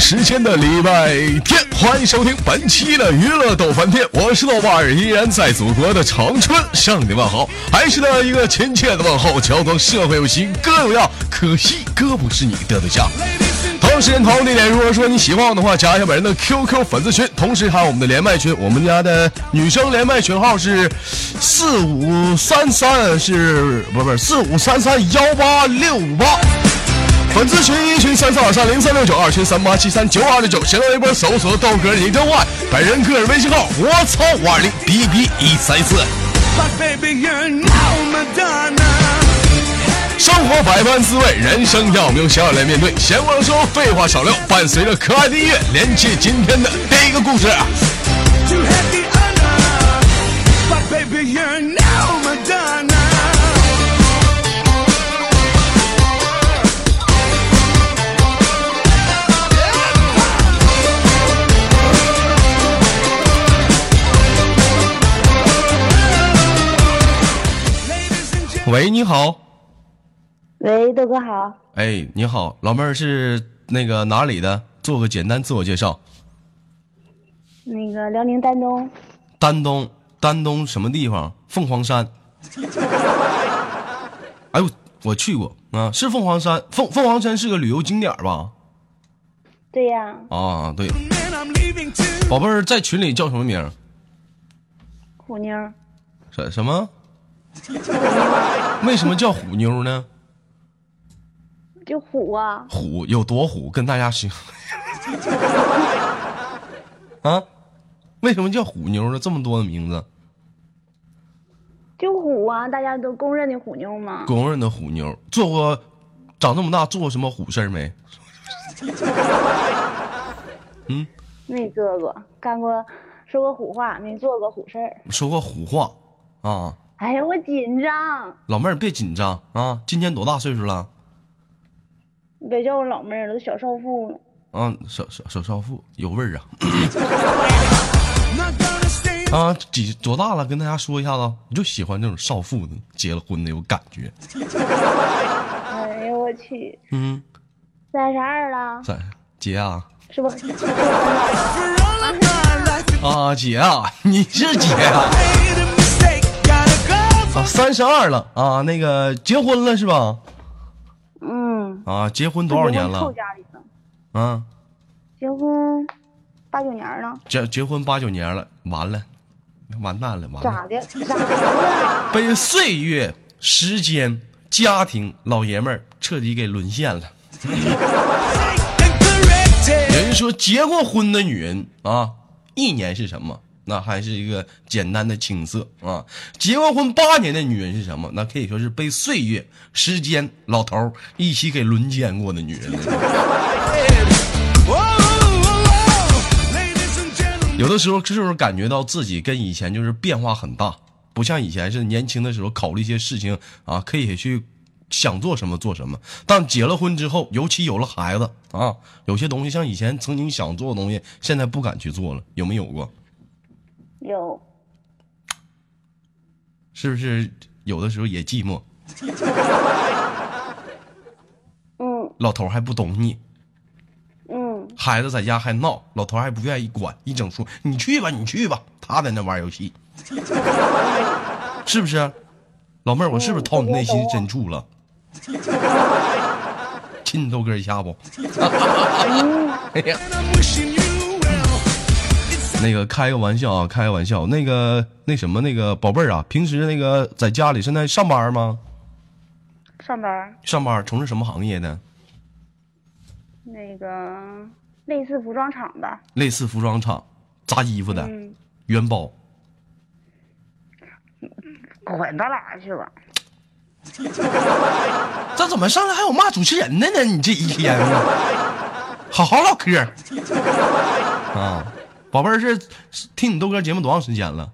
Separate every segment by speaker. Speaker 1: 时间的礼拜天，欢迎收听本期的娱乐逗翻天，我是豆瓣儿，依然在祖国的长春向你问好，还是那一个亲切的问候，乔装社会有型哥有样，可惜哥不是你的对象。同时间同地点，如果说你喜欢我的话，加一下本人的 QQ 粉丝群，同时还有我们的连麦群，我们家的女生连麦群号是四五三三，是不是不是四五三三幺八六五八。粉丝群一群三四二三零三六九，二群三八七三九二六九，新浪微博搜索豆哥你真坏，本人个人微信号我操五二零 b b 一三四。
Speaker 2: But baby, you're now Madonna.
Speaker 1: 生活百般滋味，人生要我们用小眼来面对。闲话少说，废话少聊，伴随着可爱的音乐，连接今天的第一个故事。啊
Speaker 2: You had the honor. But baby, you're now Madonna.
Speaker 1: 喂，你好，
Speaker 3: 喂，豆哥好，
Speaker 1: 哎，你好，老妹儿是那个哪里的？做个简单自我介绍。
Speaker 3: 那个辽宁丹东，
Speaker 1: 丹东，丹东什么地方？凤凰山。 哎呦，我去过啊，是凤凰山。凤凤凰山是个旅游景点儿吧？
Speaker 3: 对呀、
Speaker 1: 啊，对，
Speaker 2: Man, I'm leaving too.
Speaker 1: 宝贝儿在群里叫什么名儿？
Speaker 3: 虎妞儿，
Speaker 1: 什什么？ 为什么叫虎妞呢？
Speaker 3: 就虎啊，
Speaker 1: 虎有多虎？跟大家形容 啊？为什么叫虎妞呢？这么多的名字，
Speaker 3: 就虎啊，大家都公认的虎妞嘛。
Speaker 1: 公认的虎妞，做过长这么大做过什么虎事儿没？
Speaker 3: 没做过，干过，说过虎话，没做过虎事儿。
Speaker 1: 说过虎话啊？
Speaker 3: 哎呀，我紧张，
Speaker 1: 老妹儿别紧张啊！今年多大岁数了？
Speaker 3: 你别叫我老妹儿，都小少妇了。
Speaker 1: 啊，小小小少妇有味儿啊！
Speaker 2: Not gonna stay.
Speaker 1: 啊，几多大了？跟大家说一下子，我就喜欢这种少妇的，结了婚的有感觉。
Speaker 3: 哎呀，我去，
Speaker 1: 嗯，
Speaker 3: 三十二了，
Speaker 1: 咋姐啊？
Speaker 3: 是不？
Speaker 2: For all of my life, you
Speaker 1: 啊，姐啊， 你是姐啊？
Speaker 2: made a mistake. Gotta go
Speaker 1: 啊，
Speaker 2: for
Speaker 1: 三十二了啊，那个结婚了是吧？
Speaker 3: 嗯，
Speaker 1: 啊，结婚多少年
Speaker 3: 结婚
Speaker 1: 了
Speaker 3: 扣？家里了，
Speaker 1: 啊，
Speaker 3: 结婚八九年了，
Speaker 1: 结结婚八九年了，完了，完蛋了，完了，
Speaker 3: 咋的？咋的？
Speaker 1: 被岁月、时间、家庭、老爷们儿彻底给沦陷了。
Speaker 2: and corrected.
Speaker 1: 人说结过婚的女人啊，一年是什么？那还是一个简单的青涩啊。结过婚八年的女人是什么？那可以说是被岁月、时间、老头儿一起给轮奸过的女人。
Speaker 2: Whoa, whoa, whoa. Ladies and gentlemen,
Speaker 1: 有的时候就是感觉到自己跟以前就是变化很大，不像以前是年轻的时候考虑一些事情啊，可以去想做什么做什么。但结了婚之后，尤其有了孩子啊，有些东西像以前曾经想做的东西，现在不敢去做了，有没有过？
Speaker 3: 有，
Speaker 1: 是不是有的时候也寂寞？
Speaker 3: 嗯
Speaker 1: 老头儿还不懂你，
Speaker 3: 嗯，
Speaker 1: 孩子在家还闹，老头儿还不愿意管，一整说你去吧，你去吧，他在那玩游戏，是不是？老妹儿，我是不是掏你内心深处了？亲你豆哥一下不？
Speaker 3: 嗯
Speaker 2: and I'm wishing you well. It's
Speaker 1: 那个开个玩笑啊，开个玩笑。那个那什么那个宝贝儿啊，平时那个在家里现在上班吗？
Speaker 3: 上班儿
Speaker 1: 上班从事什么行业呢？
Speaker 3: 那个类似服装厂吧。
Speaker 1: 类似服装厂扎衣服的，
Speaker 3: 嗯，
Speaker 1: 元包。
Speaker 3: 滚到哪儿去吧？
Speaker 1: 这怎么上来还有骂主持人的呢？你这一天呢， 好好唠嗑儿啊，宝贝儿是是听你豆哥节目多长时间了？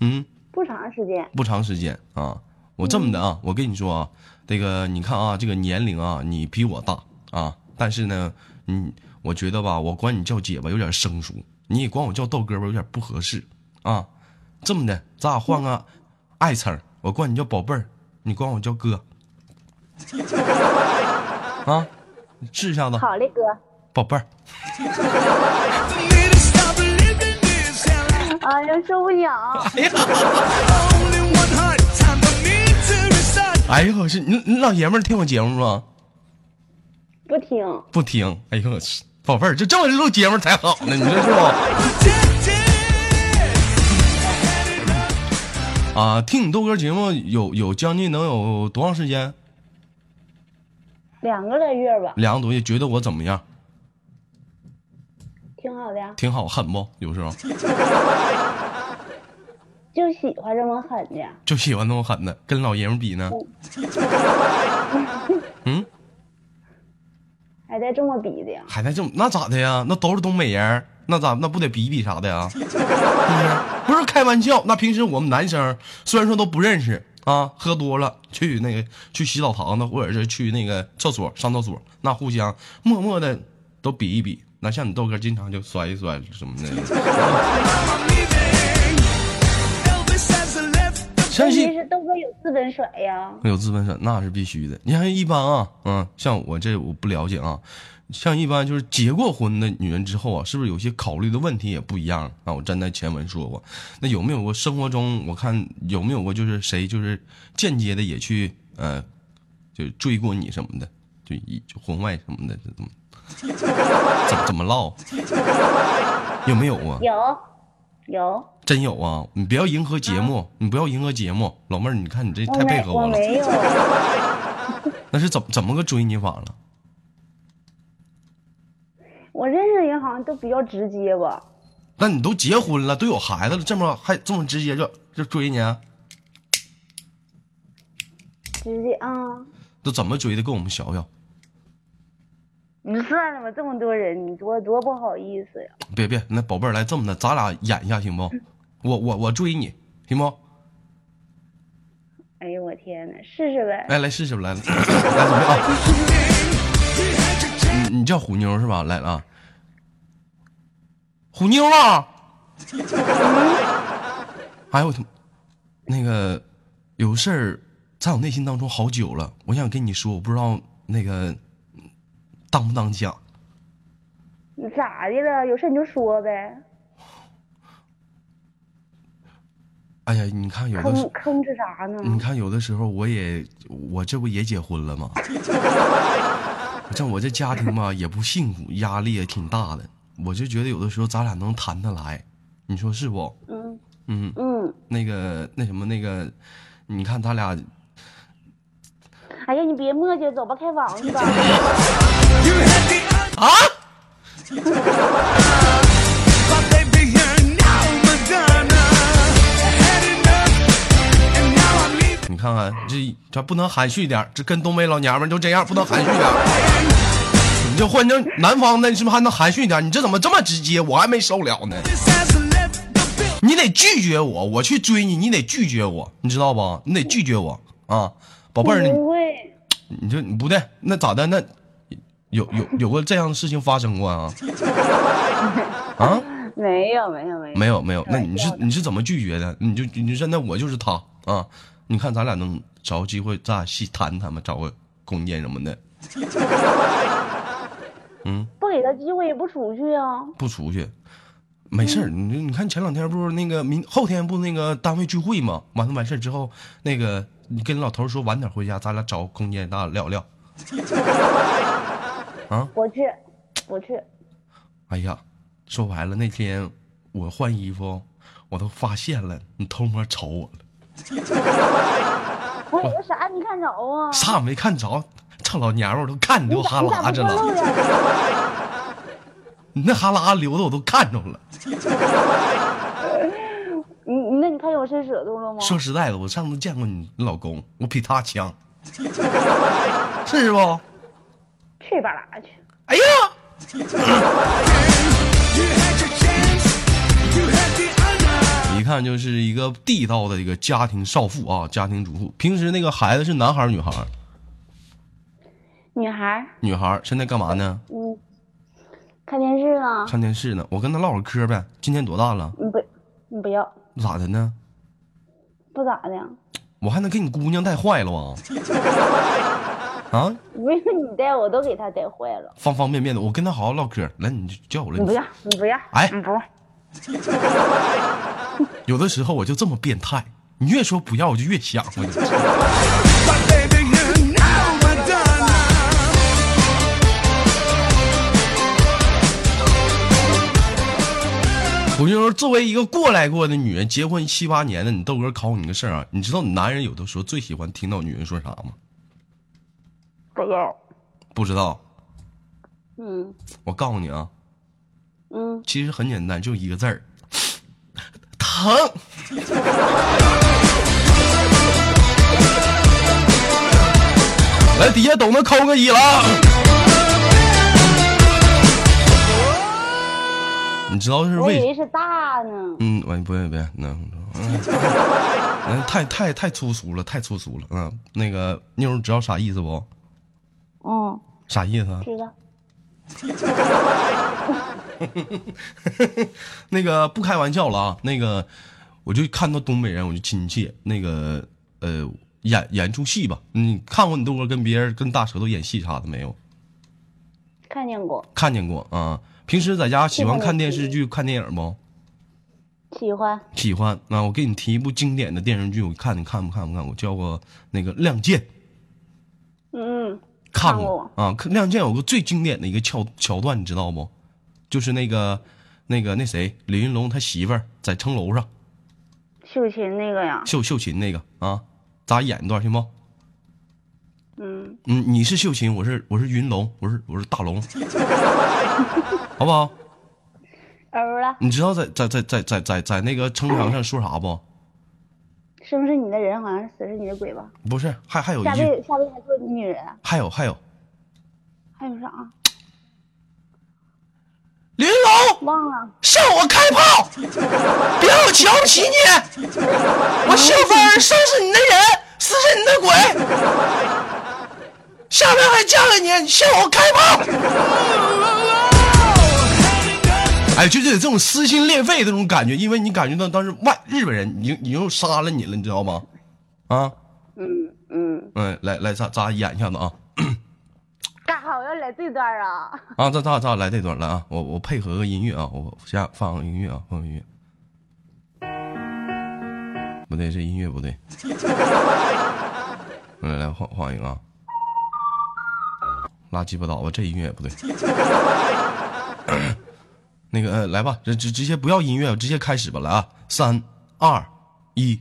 Speaker 1: 嗯，
Speaker 3: 不长时间，
Speaker 1: 不长时间啊。我这么的啊，我跟你说啊，这个你看啊，这个年龄啊，你比我大啊，但是呢，嗯，我觉得吧，我管你叫姐吧有点生疏，你也管我叫豆哥吧有点不合适啊。这么的，咱俩换个爱称儿，我管你叫宝贝儿，你管我叫哥。啊，试一下子，
Speaker 3: 好嘞，哥，
Speaker 1: 宝贝儿。
Speaker 3: 哎呀，受不了！
Speaker 1: 哎呦我去，你你老爷们儿听我节目吗？
Speaker 3: 不听，
Speaker 1: 不听。哎呦我去，宝贝儿，就这么录节目才好呢，你说是不？啊，听你豆哥节目有有将近能有多长时间？
Speaker 3: 两个来月吧，
Speaker 1: 两个多月，觉得我怎么样？
Speaker 3: 挺好的呀，
Speaker 1: 挺好，狠不？有时候
Speaker 3: 就喜欢这么狠的。
Speaker 1: 就喜欢那种狠的，跟老爷们儿比呢。嗯，
Speaker 3: 还带这么比的呀？
Speaker 1: 还在这么那咋的呀？那都是东北人儿，那咋那不得比比啥的呀？是不是？不是开玩笑。那平时我们男生虽然说都不认识啊，喝多了去那个去洗澡堂子，或者是去那个厕所上厕所，那互相默默的都比一比。那像你豆哥经常就摔一摔什么的，相
Speaker 3: 问
Speaker 1: 信
Speaker 3: 题是豆哥有资本甩呀，
Speaker 1: 有资本审那是必须的。你看一般啊，嗯，像我这我不了解啊，像一般就是结过婚的女人之后啊，是不是有些考虑的问题也不一样？啊，我站在前文说过，那有没有过生活中我看有没有过就是谁就是间接的也去呃，就追过你什么的，就一就婚外什么的，这怎么怎么怎么唠？有没有啊？
Speaker 3: 有，有，
Speaker 1: 真有啊！你不要迎合节目，你不要迎合节目，老妹儿，你看你这
Speaker 3: 我
Speaker 1: 太配
Speaker 3: 没
Speaker 1: 合
Speaker 3: 我
Speaker 1: 了。
Speaker 3: 没有，
Speaker 1: 那是怎么怎么个追你法了？
Speaker 3: 我认识的人好像都比较直接吧。
Speaker 1: 那你都结婚了，都有孩子了，这么还这么直接就就追你、啊
Speaker 3: 直接啊！
Speaker 1: 都怎么追的？跟我们学学。
Speaker 3: 你算了吧，这么多人，你多多不好意思呀！
Speaker 1: 别别，那宝贝儿来这么的，咱俩演一下行不？我我我追你行不？
Speaker 3: 哎呦我天哪，试试呗！
Speaker 1: 来来试试吧，来来来准备啊！你你叫虎妞是吧？来了啊！虎妞啊！哎呦我他妈，那个有事儿在我内心当中好久了，我想跟你说，我不知道那个当不当讲。
Speaker 3: 你咋的了？有事你就说呗，
Speaker 1: 哎呀，你看有的嗯时
Speaker 3: 吭吭哧啥呢？
Speaker 1: 你看有的时候我也我这不也结婚了吗？ 像我这家庭吧也不幸福，压力也挺大的。我就觉得有的时候咱俩能谈得来，你说是不？
Speaker 3: 嗯
Speaker 1: 嗯，
Speaker 3: 嗯，
Speaker 1: 那个那什么那个，你看咱俩
Speaker 3: 哎呀，你别磨叽，走吧，开房去吧。
Speaker 1: 啊，你看看这咱不能含蓄点儿，这跟东北老娘们儿就这样，不能含蓄点儿。 你这换成南方的，你是不是还能含蓄点儿？你这怎么这么直接？我还没受了呢。你得拒绝我，我去追你，你得拒绝我，你知道吧？你得拒绝我啊，宝贝儿，你
Speaker 3: 不会，
Speaker 1: 你就你不对，那咋的？那有有有过这样的事情发生过啊？啊，
Speaker 3: 没有没有没有
Speaker 1: 没有没有，那你是你是怎么拒绝的？你就你就说那我就是他啊？你看咱俩能找个机会，咱俩细谈谈吧，找个空间什么的，
Speaker 3: 不给他机会也不出去啊。
Speaker 1: 不出去。没事儿，你就你看前两天不是那个明后天不那个单位聚会吗？完了完事儿之后，那个你跟老头儿说晚点回家，咱俩找个空间，咱俩聊聊。
Speaker 3: 我去，我去，
Speaker 1: 哎呀，说白了，那天我换衣服，我都发现了你偷摸瞅我了，
Speaker 3: 我有啥你看着啊？
Speaker 1: 啥也没看着，操老娘们儿，我都看你
Speaker 3: 你
Speaker 1: 流哈
Speaker 3: 咋你咋
Speaker 1: 喇子
Speaker 3: 不啊说
Speaker 1: 了，
Speaker 3: 漏呀？
Speaker 1: 你那哈喇流的我都看着了。
Speaker 3: 哦你你那你看见我伸舌头了吗？
Speaker 1: 说实在的，我上次见过你老公，我比他强，是不？
Speaker 3: 去吧啦去！
Speaker 1: 哎呀，一看就是一个地道的一个家庭少妇啊，家庭主妇。平时那个孩子是男孩儿女孩儿？
Speaker 3: 女孩儿，
Speaker 1: 女孩儿现在干嘛呢？
Speaker 3: 嗯，看电视呢。
Speaker 1: 看电视呢。我跟她唠会儿嗑呗。今年多大了？
Speaker 3: 你不，你不要，
Speaker 1: 咋的呢？
Speaker 3: 不咋的。
Speaker 1: 我还能给你姑娘带坏了啊？ 啊，
Speaker 3: 不是你带我都给他带坏了。
Speaker 1: 方方面面的，我跟他好好唠嗑。来，你就叫我
Speaker 3: 你不
Speaker 1: 了。
Speaker 3: 要，你不要，
Speaker 1: 哎
Speaker 3: 你不要，
Speaker 1: 有的时候我就这么变态，你越说不要，我就越想。我就
Speaker 2: But baby, you're now Madonna.
Speaker 1: 我就说，作为一个过来过的女人，结婚七八年的，你豆哥考你个事儿啊，你知道男人有的时候最喜欢听到女人说啥吗？
Speaker 3: 不要。
Speaker 1: 不知道，
Speaker 3: 嗯
Speaker 1: 我告诉你啊，
Speaker 3: 嗯，
Speaker 1: 其实很简单，就一个字儿， 疼。 来，底下懂的扣个一了啊。你知道是
Speaker 3: 我以
Speaker 1: 为
Speaker 3: 为是大呢。
Speaker 1: 嗯，完不用不用，那 嗯，嗯太太太粗俗了，太粗俗了，嗯，那个妞儿知道啥意思不？
Speaker 3: 嗯，
Speaker 1: 啥意思啊？
Speaker 3: 知道。
Speaker 1: 那个不开玩笑了啊，那个我就看到东北人，我就亲切。那个呃，演演出戏吧，你看过你豆哥跟别人跟大舌头演戏啥的没有？
Speaker 3: 看见过，
Speaker 1: 看见过啊？平时在家喜欢看电视剧、看电影不？
Speaker 3: 喜欢。
Speaker 1: 喜欢啊！我给你提一部经典的电视剧，我看你看不看不看过？叫过那个《亮剑》，
Speaker 3: 嗯，
Speaker 1: 看
Speaker 3: 看
Speaker 1: 过
Speaker 3: 过
Speaker 1: 啊？看《亮剑》有个最经典的一个桥桥段，你知道不？就是那个那个那谁，李云龙他媳妇儿在城楼上。
Speaker 3: 秀琴那个呀。
Speaker 1: 秀秀琴那个啊，咱演一段行不？
Speaker 3: 嗯，
Speaker 1: 嗯，你是秀琴，我是我是云龙，我是我是大龙，好不好？
Speaker 3: 欧了，
Speaker 1: 你知道在在在在在在在那个城墙上说啥不？
Speaker 3: 生是你的人，好像死是你的鬼吧？
Speaker 1: 不是，还还有一
Speaker 3: 下
Speaker 1: 句，
Speaker 3: 辈下辈子还做你女人啊，哎
Speaker 1: 还有还有，
Speaker 3: 还有啥？
Speaker 1: 云龙
Speaker 3: 忘了。
Speaker 1: 向我开炮，别让我瞧不起你，我秀芬儿生是你的人，死是你的鬼，下面还嫁给你，你向我开炮。哎，就这这种撕心裂肺的这种感觉，因为你感觉到当时外日本人已经已经又杀了你了，你知道吗？啊，
Speaker 3: 嗯嗯，
Speaker 1: 嗯，来来，咱咱演一下子啊
Speaker 3: 干啥？我要来这段啊！
Speaker 1: 啊，咱咱咱来这段来啊，我我配合个音乐啊，我先放个音乐啊，放个音乐。不对，这音乐不对。来来换换一个啊，拉鸡巴倒吧，这音乐也不对。那个、呃、来吧，直直直接不要音乐，直接开始吧，来啊，三二一。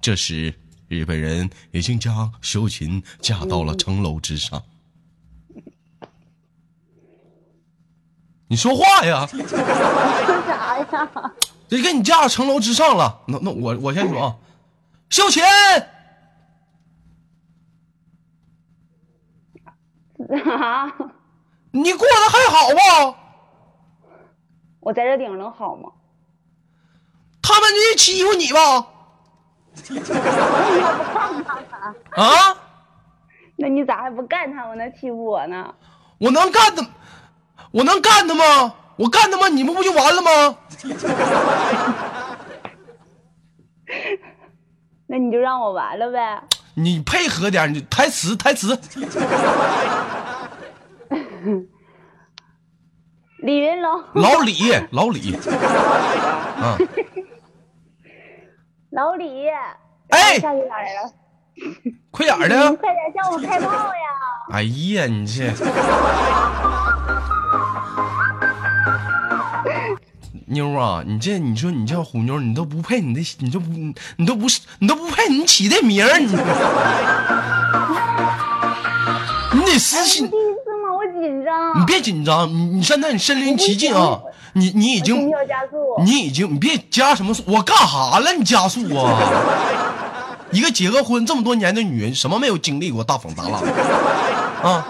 Speaker 1: 这时，日本人已经将秀琴架到了城楼之上。你说话呀！
Speaker 3: 说啥呀？
Speaker 1: 这给你架到城楼之上了。那那我我先说啊，秀琴，
Speaker 3: 啊？
Speaker 1: 你过得还好不？
Speaker 3: 我在这顶上能好吗？
Speaker 1: 他们就欺负你吧？啊！
Speaker 3: 那你咋还不干他？我能欺负我呢？
Speaker 1: 我能干他，我能干他吗？我干他吗？你们不就完了吗？
Speaker 3: 那你就让我完了呗。
Speaker 1: 你配合点，你台词台词。
Speaker 3: 李云龙，
Speaker 1: 老李，老李，啊，
Speaker 3: 老李，
Speaker 1: 哎
Speaker 3: 下去哪来了？
Speaker 1: 快点儿
Speaker 3: 你
Speaker 1: 的！
Speaker 3: 快点向我开炮呀！
Speaker 1: 哎呀，你这，妞啊，你这你说你叫虎妞，你都不配你的，你都不你都不是你都不配你起的名儿，你，你得私
Speaker 3: 哎是
Speaker 1: 信
Speaker 3: 第。一次吗？我紧张，
Speaker 1: 你别紧张，你你现在你身临其境啊！你你已
Speaker 3: 我
Speaker 1: 经
Speaker 3: 心跳加速。
Speaker 1: 你已经，你别加什么速，我干哈了？你加速啊！ 一个结个婚这么多年的女人，什么没有经历过？大风大浪啊！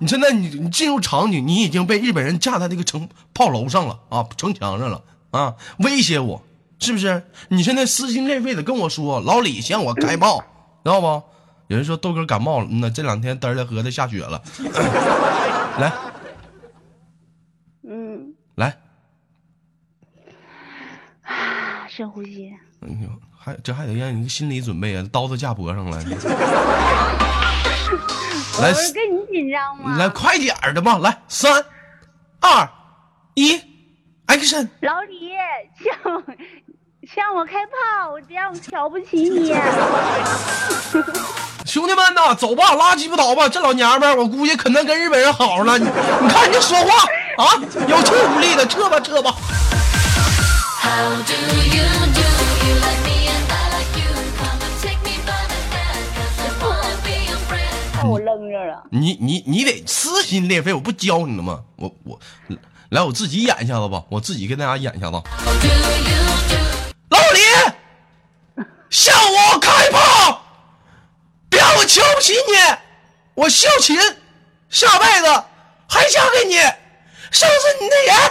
Speaker 1: 你现在你你进入场景，你已经被日本人架在那个城炮楼上了啊，城墙上了啊，威胁我是不是？你现在撕心裂肺的跟我说，老李向我开 炮，知道不？有人说豆哥感冒了，嗯呐，这两天嘚儿了喝的下雪了， 来
Speaker 3: 嗯，
Speaker 1: 来，
Speaker 3: 啊深呼吸。
Speaker 1: 嗯呦， 还这还得让你心理准备啊，刀子架脖上了。来
Speaker 3: 我是跟你紧张吗？
Speaker 1: 来快点儿的吧，来三二一，action！哎
Speaker 3: 老李，向我向我开炮，这样我瞧不起你。
Speaker 1: 兄弟们呐，走吧，拉鸡巴倒吧！这老娘们儿，我估计可能跟日本人好上了。你你看你这说话啊，有气无力的，撤吧撤吧。
Speaker 4: How Oh, do you do? You like me and I like you. Come and take me by the hand, 'cause I wanna be your friend.
Speaker 3: 把我扔这了，
Speaker 1: 你你你得撕心裂肺，我不教你了吗？我我来，我自己演一下子吧，我自己给大家演一下子。
Speaker 4: How Oh, do you do?
Speaker 1: 老李，向我开炮！别让我瞧不起你，我秀琴，下辈子还嫁给你，收拾你的人，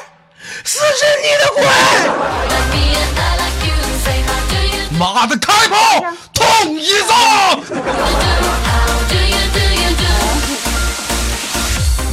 Speaker 1: 撕是你的鬼！
Speaker 4: Like me and I like you. Say how do you
Speaker 1: 妈的，开炮，捅一刀！
Speaker 4: do? How oh, do you do? You do?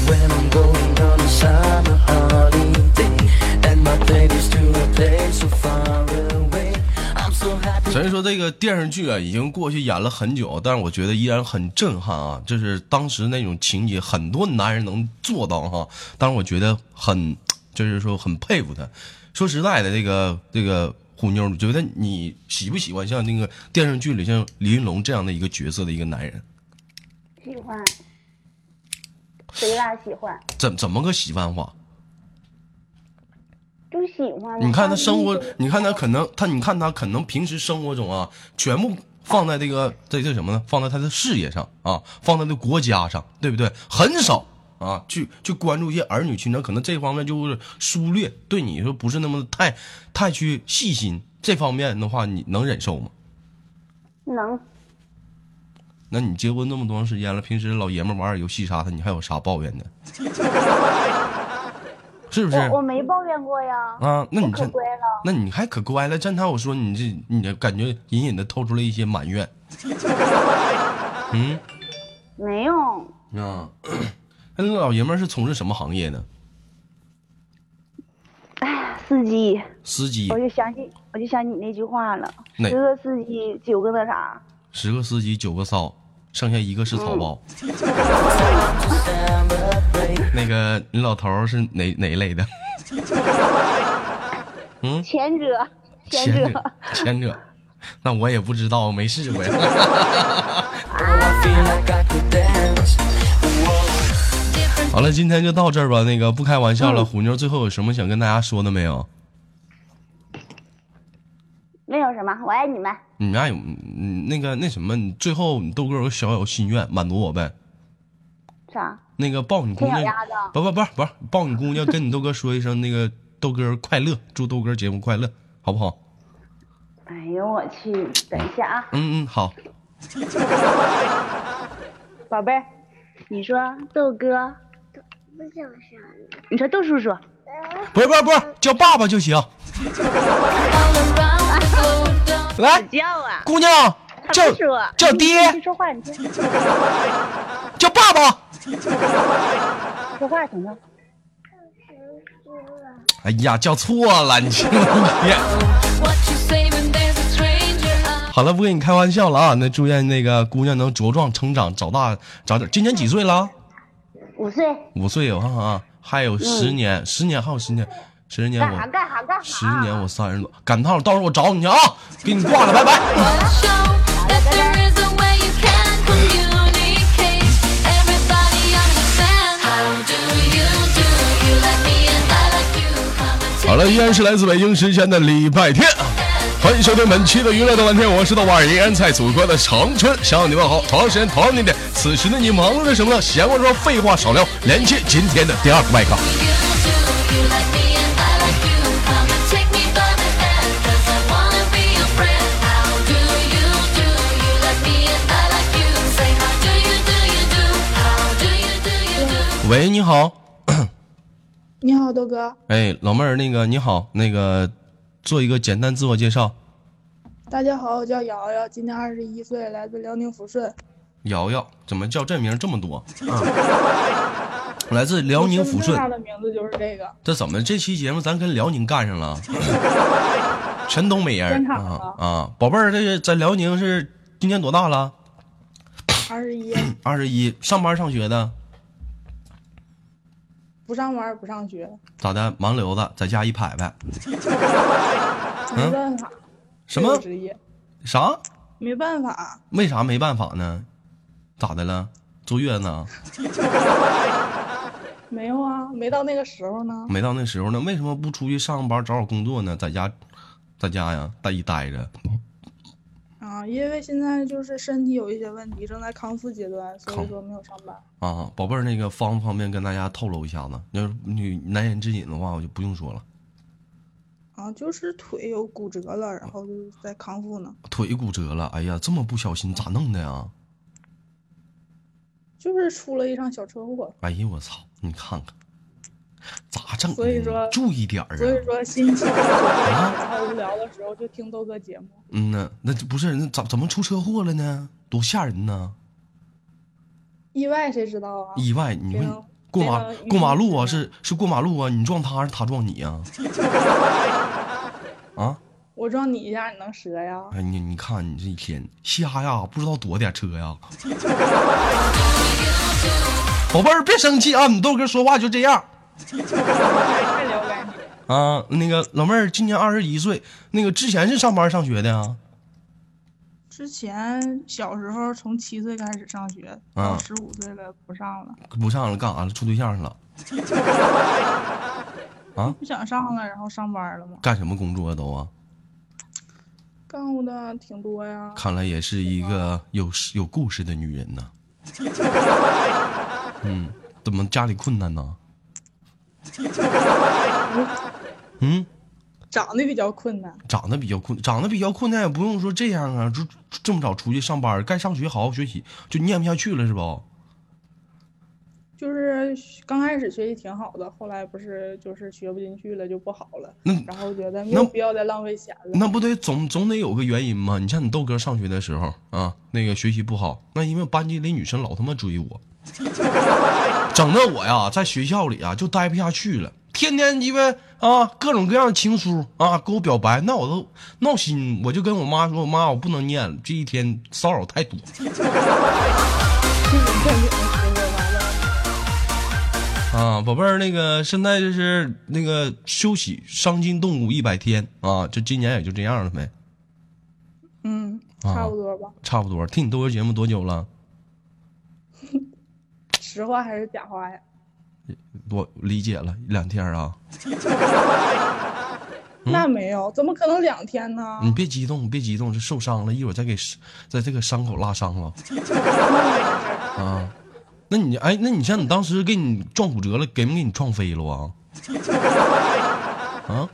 Speaker 5: When I'm going on a summer holiday And my baby's to a place so far away I'm so happy
Speaker 1: 虽然说这个电视剧啊已经过去演了很久，但是我觉得依然很震撼啊！就是当时那种情节，很多男人能做到哈。但是我觉得很，就是说很佩服他。说实在的，这个这个虎妞，你觉得你喜不喜欢像那个电视剧里像李云龙这样的一个角色的一个男人？
Speaker 3: 喜欢，贼拉喜欢，
Speaker 1: 怎怎么个喜欢法？
Speaker 3: 就喜欢嘛。
Speaker 1: 你看他生活
Speaker 3: 当时，
Speaker 1: 你看他可能他，你看他可能平时生活中啊，全部放在这个这这什么呢？放在他的事业上啊，放在他的国家上，对不对？很少啊，去去关注一些儿女情长，可能这方面就是疏略，对你说不是那么太太去细心这方面的话，你能忍受吗？
Speaker 3: 能
Speaker 1: 那你结婚那么多长时间了，平时老爷们儿玩点游戏啥的，你还有啥抱怨的？ 是不是？
Speaker 3: 我我没抱怨过呀。
Speaker 1: 啊，那你
Speaker 3: 可
Speaker 1: 这
Speaker 3: 乖了，
Speaker 1: 那你还可乖了。站台我说你这，你这感觉隐隐的透出了一些埋怨。嗯
Speaker 3: 没有，
Speaker 1: 啊，那老爷们儿是从事什么行业呢？
Speaker 3: 司机，
Speaker 1: 司机
Speaker 3: 我，就想起我就想起你那句话了，
Speaker 1: 哪
Speaker 3: 十个司机九个那啥，
Speaker 1: 十个司机九个骚，剩下一个是
Speaker 3: 嗯
Speaker 1: 草包。 那个，你老头儿是哪哪类的？
Speaker 3: 前者，
Speaker 1: 嗯
Speaker 3: 前
Speaker 1: 前
Speaker 3: 者
Speaker 1: 者，， 前者。那我也不知道，没试过呀。
Speaker 5: Oh, I feel like I could dance
Speaker 1: 好了，今天就到这儿吧。那个不开玩笑了，虎妞最后有什么想跟大家说的没有？
Speaker 3: 没有什么，我爱你们。
Speaker 1: 你们家有嗯那个那什么，你最后你豆哥有个小小心愿，满足我呗。
Speaker 3: 啥？
Speaker 1: 那个抱你姑
Speaker 3: 小
Speaker 1: 娘
Speaker 3: 丫头，
Speaker 1: 不不不不，抱你姑娘，跟你豆哥说一声，那个豆哥快乐，祝豆哥节目快乐，好不好？
Speaker 3: 哎呦我去！等一下啊，
Speaker 1: 嗯嗯，好。
Speaker 3: 宝贝儿，你说豆哥，你说豆叔叔，
Speaker 1: 不是不是不是，叫爸爸就行。
Speaker 4: All around the globe, don't
Speaker 1: 来，
Speaker 3: 叫啊，
Speaker 1: 姑娘
Speaker 3: 他
Speaker 1: 叫
Speaker 3: 不说，
Speaker 1: 叫
Speaker 3: 你
Speaker 1: 爹
Speaker 3: 你说话，你听，
Speaker 1: 叫爸爸。
Speaker 3: 说话行吗？
Speaker 1: 哎呀，叫错了，你这一天。
Speaker 4: what you say when there's a stranger. I
Speaker 1: 好了，不跟你开玩笑了啊。那祝愿那个姑娘能茁壮成长，长大长点。今年几岁了？
Speaker 3: 五岁，
Speaker 1: 五岁，我看看啊，还有十年，十年还有十年，十年
Speaker 3: 嗯干
Speaker 1: 我
Speaker 3: 啥干啥干啥？
Speaker 1: 十年我三十多，赶趟，到时候我找你去啊，给你挂了，拜拜。
Speaker 4: wanna Oh, show that there is a way you can communicate. Everybody understand. How do you do? You like me and I like you. Come and
Speaker 1: 好
Speaker 4: take
Speaker 1: 了，依然是来自北京时间的礼拜天，欢迎收听本期的娱乐豆瓣天，我是豆瓣儿，依然在祖国的长春向你问好。同样时间，同样地点，此时的你忙碌着什么呢？闲话少说，废话少聊，连接今天的第二个麦克。
Speaker 4: you do. You like me and I like you. Come and take me by the hand, 'cause I wanna be your friend. How do you do? You like me and I like you. Say how do you do? You do. How do you do? You do.
Speaker 1: 喂，你好，
Speaker 6: 你好，豆哥，
Speaker 1: 哎，老妹儿，那个你好，那个做一个简单自我介绍。
Speaker 6: 大家好，我叫瑶瑶，今年二十一岁，来自辽宁抚顺。
Speaker 1: 瑶瑶，怎么叫这名儿这么多？啊，来自辽宁抚
Speaker 6: 最
Speaker 1: 顺
Speaker 6: 大。的名字就是这个，
Speaker 1: 这怎么这期节目咱跟辽宁干上了？全东北人
Speaker 6: 现场
Speaker 1: 啊
Speaker 6: 了
Speaker 1: 啊！宝贝儿，这个在辽宁是今年多大了？
Speaker 6: 二十一，
Speaker 1: 二十一，上班上学的，
Speaker 6: 不上班不上学，
Speaker 1: 咋的？盲流子在家一拍拍，
Speaker 6: 没办法，
Speaker 1: 嗯什么
Speaker 6: 这个职业？
Speaker 1: 啥？
Speaker 6: 没办法，
Speaker 1: 为啥没办法呢？咋的了？坐月子啊呢？
Speaker 6: 没有啊，没到那个时候呢。
Speaker 1: 没到那时候呢？为什么不出去上班找找工作呢？在家，在家呀，待一待着，嗯
Speaker 6: 啊，因为现在就是身体有一些问题，正在康复阶段，所
Speaker 1: 康
Speaker 6: 以说没有上班。
Speaker 1: 啊，宝贝儿，那个方不方便跟大家透露一下子？要是你难言之隐的话，我就不用说了。
Speaker 6: 啊，就是腿有骨折了，然后就是在康复呢。
Speaker 1: 腿骨折了，哎呀，这么不小心咋弄的呀？
Speaker 6: 就是出了一场小车祸，
Speaker 1: 哎呀，我操！你看看，咋整的呢？哎
Speaker 6: 所以说
Speaker 1: 注意点儿
Speaker 6: 所以
Speaker 1: 啊。哎
Speaker 6: 说心情 然后无聊的时候就听豆哥节目。
Speaker 1: 嗯呐，那这不是那咋怎么出车祸了呢？多吓人呢！
Speaker 6: 意外谁知道啊？
Speaker 1: 意外，你
Speaker 6: 别
Speaker 1: 们
Speaker 6: 能
Speaker 1: 过
Speaker 6: 别
Speaker 1: 马
Speaker 6: 能预
Speaker 1: 过马
Speaker 6: 知
Speaker 1: 路啊？
Speaker 6: 真
Speaker 1: 是是过马路啊？你撞他还是他撞你 呀、啊？
Speaker 6: 我撞你一下，你能折呀？
Speaker 1: 哎，你你看你这一天瞎呀，不知道躲点车呀。宝贝儿，别生气啊！你豆哥说话就这样
Speaker 6: 太了解你了。
Speaker 1: 啊。那个老妹儿今年二十一岁，那个之前是上班上学的啊呀？
Speaker 6: 之前小时候从七岁开始上学，
Speaker 1: 啊
Speaker 6: 到十五岁了不上了，
Speaker 1: 不上了，干啥了？处对象去了？ 啊
Speaker 6: 不想上了，然后上班了嘛。
Speaker 1: 干什么工作啊都啊？
Speaker 6: 干过的挺多呀，
Speaker 1: 看来也是一个有有故事的女人呢。嗯，怎么家里困难呢？ 嗯，
Speaker 6: 长得比较困难。
Speaker 1: 长得比较困，长得比较困难，也不用说这样啊，就这么早出去上班，该上学好好学习，就念不下去了是不？
Speaker 6: 就是刚开始学习挺好的，后来不是就是学不进去了就不好了，
Speaker 1: 那
Speaker 6: 然后觉得没有必要再浪费钱了。
Speaker 1: 那不得总总得有个原因吗？你像你豆哥上学的时候啊，那个学习不好，那因为班级里女生老他妈追我，整的我呀在学校里啊就待不下去了，天天鸡巴啊各种各样的情书啊给我表白，那我都闹心，我就跟我妈说，我妈我不能念了，这一天骚扰太多。啊，宝贝儿，那个现在就是那个休息伤筋动骨一百天啊，就今年也就这样了呗，
Speaker 6: 嗯，
Speaker 1: 啊
Speaker 6: 差不多吧。
Speaker 1: 差不多。听你豆哥节目多久了？
Speaker 6: 实话还是假话呀？
Speaker 1: 我理解了，两天啊，嗯
Speaker 6: 那没有，怎么可能两天呢？
Speaker 1: 你别激动，别激动，这受伤了，一会儿再给是在这个伤口拉伤 了。啊，那你哎，那你像你当时给你撞骨折了，给没给你撞飞了 啊？啊，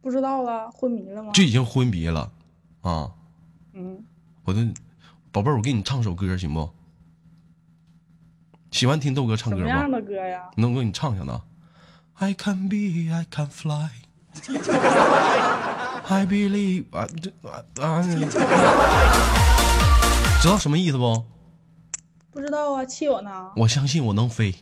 Speaker 6: 不知道啊，昏迷了吗？
Speaker 1: 这已经昏迷了啊！
Speaker 6: 嗯，
Speaker 1: 我都，宝贝儿，我给你唱首歌行不？喜欢听豆哥唱
Speaker 6: 什
Speaker 1: 歌
Speaker 6: 么
Speaker 1: 吗
Speaker 6: 样？的歌呀？
Speaker 1: 能给你唱下呢？I can be, I can fly. I believe 啊，这啊啊， 知道什么意思不？
Speaker 6: 不知道啊，气我呢？
Speaker 1: 我相信我能飞。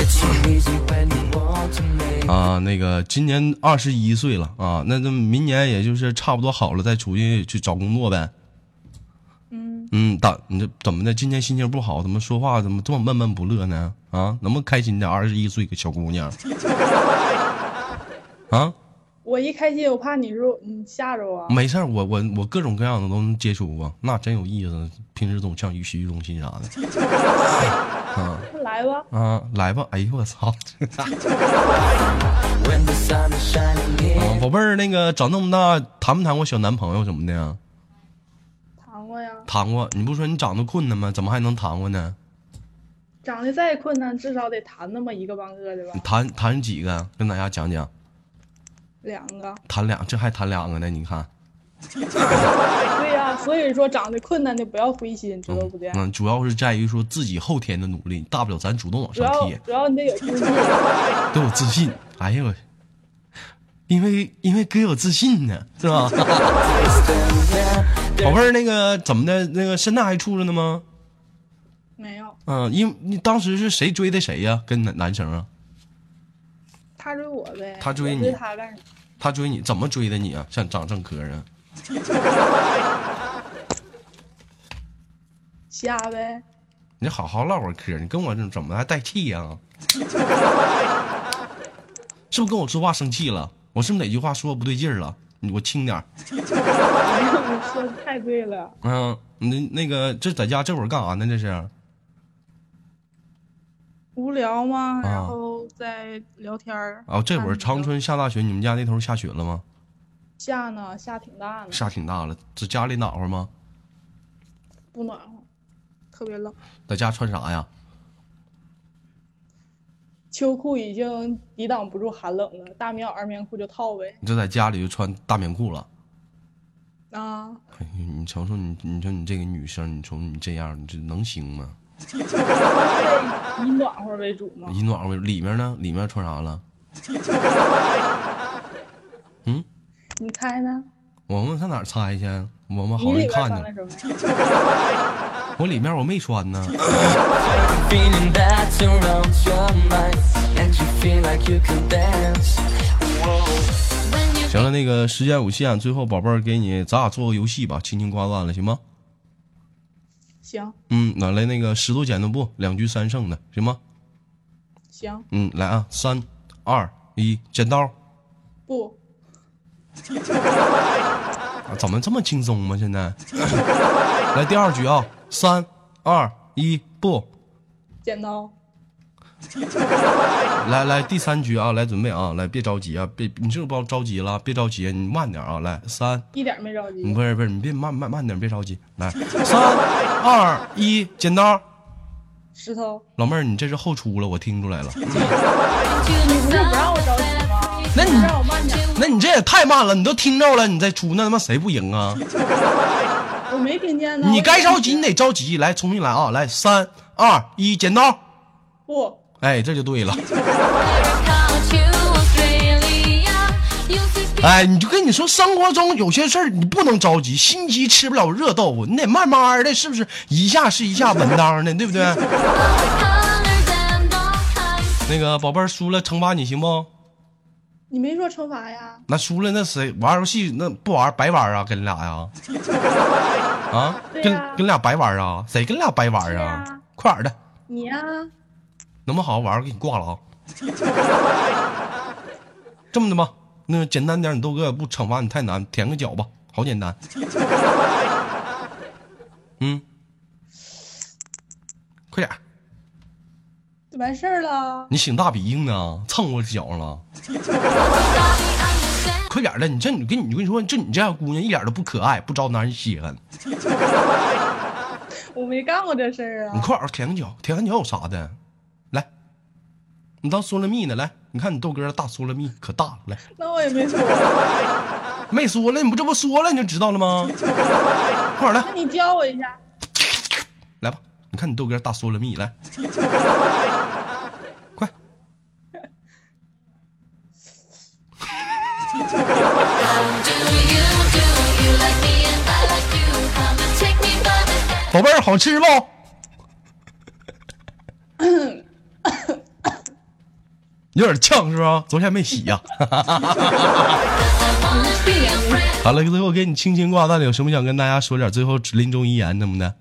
Speaker 2: It's so easy when you want to make
Speaker 1: 啊，那个今年二十一岁了啊，那那明年也就是差不多好了，再出去去找工作呗。
Speaker 6: 嗯，
Speaker 1: 嗯，咋你这怎么的？今年心情不好，怎么说话怎么这么闷闷不乐呢？啊，能不能开心点？二十一岁个小姑娘，啊，
Speaker 6: 我一开心，我怕你说你吓着我。
Speaker 1: 没事儿，我我我各种各样的都能接触过，那真有意思。平时总上洗浴中心啥的
Speaker 6: 来吧，
Speaker 1: 啊，来吧，哎呦我 操！
Speaker 2: when the sun is shining
Speaker 1: 啊
Speaker 2: in.
Speaker 1: 宝贝儿，那个长那么大，谈没谈过小男朋友什么的呀？
Speaker 6: 谈过呀。
Speaker 1: 谈过，你不说你长得困难吗？怎么还能谈过呢？
Speaker 6: 长得再困难，至少得谈那么一个半个的吧
Speaker 1: 你？谈谈几个？跟大家讲讲，
Speaker 6: 两个。
Speaker 1: 谈两，这还谈两个呢？你看，
Speaker 6: 对呀、所以说长得困难的不要灰心，知道不对？啊
Speaker 1: 嗯，主要是在于说自己后天的努力，大不了咱主动往
Speaker 6: 主
Speaker 1: 上
Speaker 6: 要
Speaker 1: 贴，
Speaker 6: 主要你得有自信。
Speaker 1: 都有自信。哎呦，因为因为哥有自信呢，是吧？ 宝贝儿，那个怎么的？那个现在还处着呢吗？
Speaker 6: 没有，
Speaker 1: 啊嗯、因你当时是谁追的谁呀、跟男男生啊？
Speaker 6: 他追我呗，
Speaker 1: 他追
Speaker 6: 我
Speaker 1: 你
Speaker 6: 追他干啥？
Speaker 1: 他追你怎么追的你啊？像长正磕啊？
Speaker 6: 瞎呗，
Speaker 1: 你好好唠会儿嗑，你跟我这怎么还带气呀、 是不是跟我说话生气了？我是不是哪句话说不对劲儿了？你我轻点儿。
Speaker 6: 哎呦你说的太对了，
Speaker 1: 嗯，那那个这在家这会儿干啥呢？这是
Speaker 6: 无聊吗？
Speaker 1: 啊
Speaker 6: 然后再聊天儿
Speaker 1: 啊，这会儿长春下大雪，你们家那头下雪了吗？
Speaker 6: 下呢，下挺大呢，
Speaker 1: 下挺大了，这家里暖和吗？
Speaker 6: 不暖和，特别冷，
Speaker 1: 在家穿啥呀？
Speaker 6: 秋裤已经抵挡不住寒冷了，大棉袄、二棉裤就套呗。
Speaker 1: 你这在家里就穿大棉裤了。
Speaker 6: 啊，
Speaker 1: 哎呀，你瞅瞅你，你说你这个女生，你瞅你这样，你这能行吗？
Speaker 6: 以暖和为主嘛。
Speaker 1: 一暖和，里面呢？里面穿啥了？
Speaker 6: 你猜呢？
Speaker 1: 我们上哪儿猜去？我们好
Speaker 6: 你
Speaker 1: 容易
Speaker 6: 里边
Speaker 1: 看
Speaker 6: 穿的
Speaker 1: 见，
Speaker 6: 什么？
Speaker 1: 我里面我没穿呢。
Speaker 5: Feeling that surrounds your mind, and you feel like you can dance.
Speaker 1: 行了，那个时间有限，最后宝贝儿给你，咱俩做个游戏吧，亲情挂断了，行吗？
Speaker 6: 行
Speaker 1: 嗯，那来那个石头剪刀布，两局三胜的，行吗？
Speaker 6: 行，
Speaker 1: 嗯，来啊，三二一，剪刀、
Speaker 6: 不，
Speaker 1: 啊怎么这么轻松吗？现在， 来第二局啊，三二一，布，
Speaker 6: 剪刀，
Speaker 1: 来来第三局啊，来准备啊，来别着急啊，别你是不是着急了？别着急，你慢点啊，来三
Speaker 6: 一点没着
Speaker 1: 嗯
Speaker 6: 急。
Speaker 1: 不是不是，你别慢慢慢点，别着急。来，三二一，剪刀。
Speaker 6: 石头，
Speaker 1: 老妹儿，你这是后出了，我听出来了。
Speaker 6: 你不是不让我着急吗？那你让我慢点，
Speaker 1: 那你这也太慢了，你都听着了，你再出，那他妈谁不赢啊？
Speaker 6: 我没听见呢。
Speaker 1: 你
Speaker 6: 我
Speaker 1: 该着
Speaker 6: 一
Speaker 1: 急，
Speaker 6: 直
Speaker 1: 你得着急。来，重新来啊！来，三二一，剪刀。
Speaker 6: 不，
Speaker 1: 哎，这就对了。
Speaker 4: Australia,
Speaker 1: 哎，你就跟你说，生活中有些事儿你不能着急，心急吃不了热豆腐，你得慢慢的，是不是？一下是一下稳当的，对不对？
Speaker 4: colors and all kinds.
Speaker 1: 那个宝贝儿输了惩罚你行不？
Speaker 6: 你没说惩罚呀？
Speaker 1: 那输了那谁玩游戏那不玩白玩啊？跟你俩 呀？啊，
Speaker 6: 对
Speaker 1: 跟
Speaker 6: 呀
Speaker 1: 跟俩白玩啊？谁跟俩白玩
Speaker 6: 是
Speaker 1: 啊
Speaker 6: 呀？
Speaker 1: 快点儿的，
Speaker 6: 你呀、
Speaker 1: 能不能好好玩儿？我给你挂了 啊！这么的吧，那简单点儿，你豆哥也不惩罚你太难，舔个脚吧，好简 单。嗯，快点儿，
Speaker 6: 就完事儿了。
Speaker 1: 你醒大鼻音呢，蹭我脚上了。快点儿的，你这你跟你跟你说，就你这样姑娘一点都不可爱，不招男人稀罕。
Speaker 6: 我没干过这事儿
Speaker 1: 你
Speaker 6: 啊。
Speaker 1: 快点儿舔个脚，舔个脚有啥的？来，你当缩了蜜呢？来，你看你豆哥的大缩了蜜可大了，来，
Speaker 6: 那我也没说。
Speaker 1: 没缩了，你不这不缩了你就知道了吗？ 快点儿来
Speaker 6: 那，你教我一下。
Speaker 1: 来吧，你看你豆哥大缩了蜜，来，快，
Speaker 4: Do you, do you like me and I like you? Come and take me by the hand.
Speaker 1: 宝贝儿，好吃不？有点呛是吧？昨天没洗呀、好了，最后给你轻轻挂断了，有什么想跟大家说点儿最后临终遗言什么的？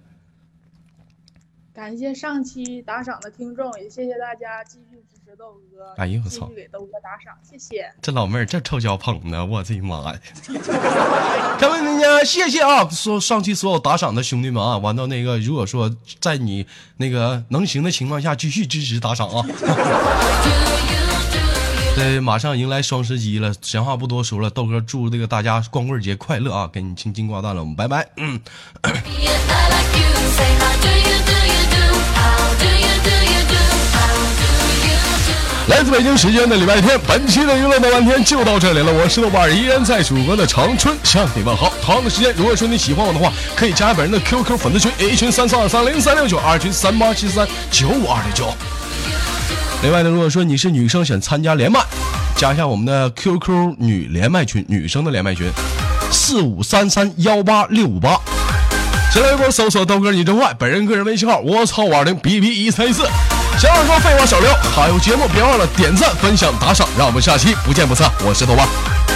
Speaker 6: 感谢上期打赏的听众，也谢谢大家继续支持豆哥。
Speaker 1: 哎呦我
Speaker 6: 继
Speaker 1: 操
Speaker 6: 续给豆哥打赏，谢谢。
Speaker 1: 这老妹儿这臭脚捧的，我的妈呀！ 咱们人家谢谢啊，说上期所有打赏的兄弟们啊，完到那个如果说在你那个能行的情况下，继续支持打赏啊。对，马上迎来双十一了，闲话不多说了，豆哥祝这个大家光棍节快乐啊！给你轻轻挂断了，我们拜拜。嗯。
Speaker 4: And I like you. Say how do you, do you do? How do you, do you do? How do you do?
Speaker 7: 来自北京时间的礼拜天，本期的娱乐豆瓣天就到这里了。我是豆瓣儿，依然在祖国的长春向你问好。同样的时间，如果说你喜欢我的话，可以加本人的 QQ 粉丝群，A 群三四二三零三六九，二群三八七三九五二零九。
Speaker 1: 另外呢，如果说你是女生想参加连麦，加一下我们的 QQ 女连麦群，女生的连麦群，四五三三幺八六五八。新浪微博搜索豆哥你真坏，本人个人微信号我操五二零 B B 一三一四。想要说废话少聊，还有节目别忘了点赞、分享、打赏，让我们下期不见不散。我是豆瓣。